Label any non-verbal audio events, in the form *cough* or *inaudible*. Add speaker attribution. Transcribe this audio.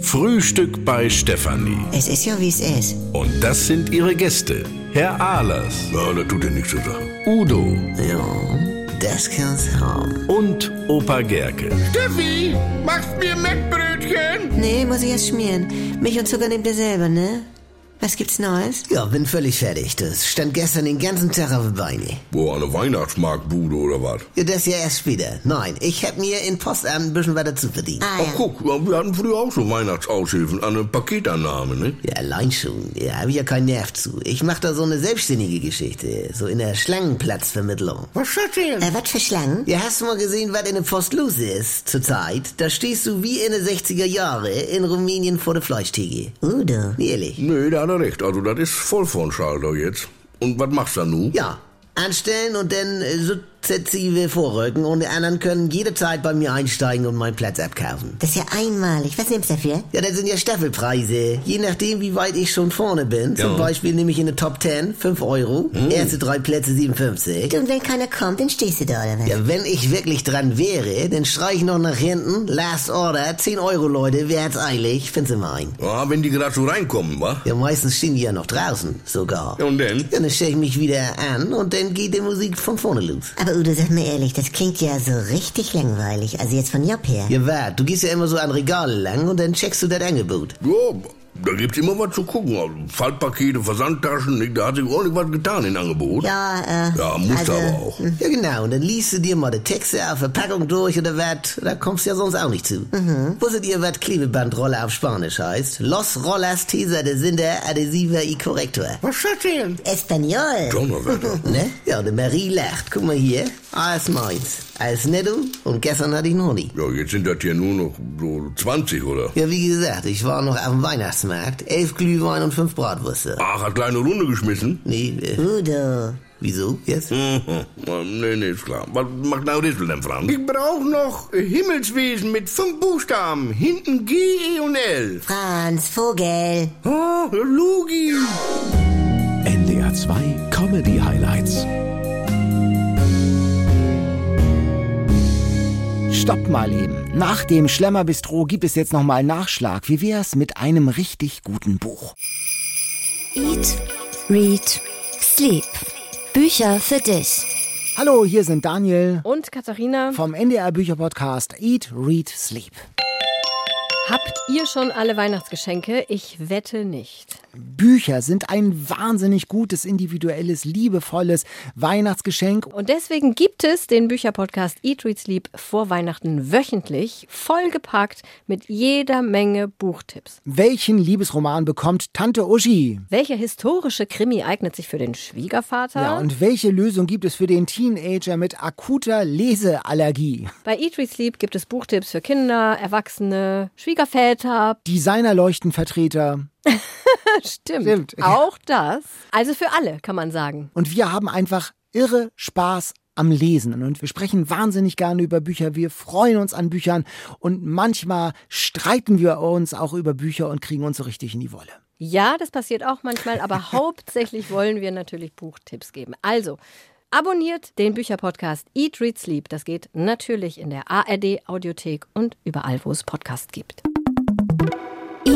Speaker 1: Frühstück bei Stefanie.
Speaker 2: Es ist ja, wie es ist.
Speaker 1: Und das sind ihre Gäste. Herr Ahlers,
Speaker 3: Ja, da tut er nichts zu sagen.
Speaker 1: Udo
Speaker 2: Ja, das kann's haben.
Speaker 1: und Opa Gerke.
Speaker 4: Steffi, machst mir Mettbrötchen?
Speaker 2: Nee, muss ich erst schmieren. Milch und Zucker nehmt ihr selber, ne? Was gibt's Neues?
Speaker 5: Ja, bin völlig fertig. Das stand gestern den ganzen Tag auf der Beine.
Speaker 3: Boah, eine Weihnachtsmarktbude oder was?
Speaker 5: Ja, das ja erst später. Nein, ich hab mir in Postamt ein bisschen weiter zu verdienen.
Speaker 2: Ah
Speaker 3: Ach
Speaker 2: ja.
Speaker 3: guck, ja, wir hatten früher auch so Weihnachtsaushilfen an einem Paketannahme, ne?
Speaker 5: Ja, allein schon. Ja, hab ich ja keinen Nerv zu. Ich mach da so eine selbstständige Geschichte. So in der Schlangenplatzvermittlung.
Speaker 4: Was ist das denn?
Speaker 2: Äh, was für Schlangen?
Speaker 5: Ja, hast du mal gesehen, was in der Post los ist zurzeit? Da stehst du wie in den 60er Jahre in Rumänien vor der Fleischtheke.
Speaker 2: Udo.
Speaker 5: Ehrlich.
Speaker 3: Nee, da hat er recht. Also das ist voll von Schalter jetzt. Und was machst du da nu?
Speaker 5: Ja, anstellen und dann äh, sukzessive vorrücken und die anderen können jederzeit bei mir einsteigen und meinen Platz abkaufen.
Speaker 2: Das ist ja einmalig. Was nimmst du dafür?
Speaker 5: Ja, das sind ja Staffelpreise. Je nachdem, wie weit ich schon vorne bin. Zum
Speaker 3: Ja. Hm.
Speaker 5: Beispiel nehme ich in der Top 10 5 Euro, erste drei Plätze 57.
Speaker 2: Du, und wenn keiner kommt, dann stehst du da, oder was?
Speaker 5: Ja, wenn ich wirklich dran wäre, dann streich ich noch nach hinten. Last Order, 10 Euro, Leute, wer hat's eilig? Find's immer ein.
Speaker 3: Ja, Ah, wenn die gerade so reinkommen, wa?
Speaker 5: Ja, meistens stehen die ja noch draußen, sogar.
Speaker 3: Ja,
Speaker 5: Ja,
Speaker 3: und denn?
Speaker 5: dann stelle ich mich wieder an und dann geht die Musik von vorne los.
Speaker 2: Aber Udo, sag mir ehrlich, das klingt ja so richtig langweilig. Also jetzt von Job her.
Speaker 5: Ja, wart, du gehst ja immer so an Regale lang und dann checkst du das Angebot.
Speaker 3: Ja, da gibt's immer was zu gucken. Also Faltpakete, Versandtaschen, ne? da hat sich ordentlich was getan in Angebot.
Speaker 2: Ja, äh.
Speaker 3: Ja, musst
Speaker 2: also,
Speaker 3: aber auch.
Speaker 5: Ja, genau. Und dann liest du dir mal die Texte auf Verpackung durch oder wat. Da kommst du ja sonst auch nicht zu. Wusstet ihr, wat Klebebandrolle auf Spanisch heißt? Los Rollers Tesa de Sinder Adhesiva y Corrector.
Speaker 4: Was ist das denn?
Speaker 2: Espanol.
Speaker 3: Donnerwetter.
Speaker 5: Ne? Ja, und Marie lacht. Guck mal hier. Alles meins. Alles netto. Und gestern hatte ich noch nie.
Speaker 3: Ja, jetzt sind das hier nur noch so 20, oder?
Speaker 5: Ja, wie gesagt, ich war noch auf dem Weihnachtsmarkt. Elf Glühwein und fünf Bratwürste.
Speaker 3: Ach, hat kleine Runde geschmissen?
Speaker 5: Nee, äh,
Speaker 2: Udo.
Speaker 5: wieso? Jetzt?
Speaker 3: Mhm. Nee, nee, ist klar. Was macht dein Rissel denn, Franz?
Speaker 4: Ich brauch noch äh, Himmelswesen mit fünf Buchstaben. Hinten G, E und L.
Speaker 2: Franz Vogel.
Speaker 4: Oh, Lugi.
Speaker 6: NDR 2 Comedy Highlights.
Speaker 7: Stopp mal eben. Nach dem Schlemmerbistro gibt es jetzt nochmal Nachschlag. Wie wär's mit einem richtig guten Buch?
Speaker 8: Eat, Read, Sleep. Bücher für dich.
Speaker 7: Hallo, hier sind Daniel
Speaker 9: Und Katharina,
Speaker 7: vom NDR Bücherpodcast Eat, Read, Sleep.
Speaker 9: habt ihr schon alle Weihnachtsgeschenke? Ich wette nicht.
Speaker 7: Bücher sind ein wahnsinnig gutes, individuelles, liebevolles Weihnachtsgeschenk.
Speaker 9: Und deswegen gibt es den Bücherpodcast Eat, Read, Sleep vor Weihnachten wöchentlich, vollgepackt mit jeder Menge Buchtipps.
Speaker 7: Welchen Liebesroman bekommt Tante Uschi?
Speaker 9: Welcher historische Krimi eignet sich für den Schwiegervater?
Speaker 7: Ja, und welche Lösung gibt es für den Teenager mit akuter Leseallergie?
Speaker 9: Bei Eat, Read, Sleep gibt es Buchtipps für Kinder, Erwachsene, Schwiegerväter. *laughs*
Speaker 7: Designerleuchtenvertreter.
Speaker 9: Stimmt,
Speaker 7: Stimmt.
Speaker 9: auch das. Also für alle, kann man sagen.
Speaker 7: Und wir haben einfach irre Spaß am Lesen. Und wir sprechen wahnsinnig gerne über Bücher. Wir freuen uns an Büchern. Und manchmal streiten wir uns auch über Bücher und kriegen uns so richtig in die Wolle.
Speaker 9: Ja, das passiert auch manchmal, aber hauptsächlich wollen wir natürlich Buchtipps geben. Also, abonniert den Bücherpodcast Eat, Read, Sleep. Das geht natürlich in der ARD Audiothek und überall, wo es Podcasts gibt.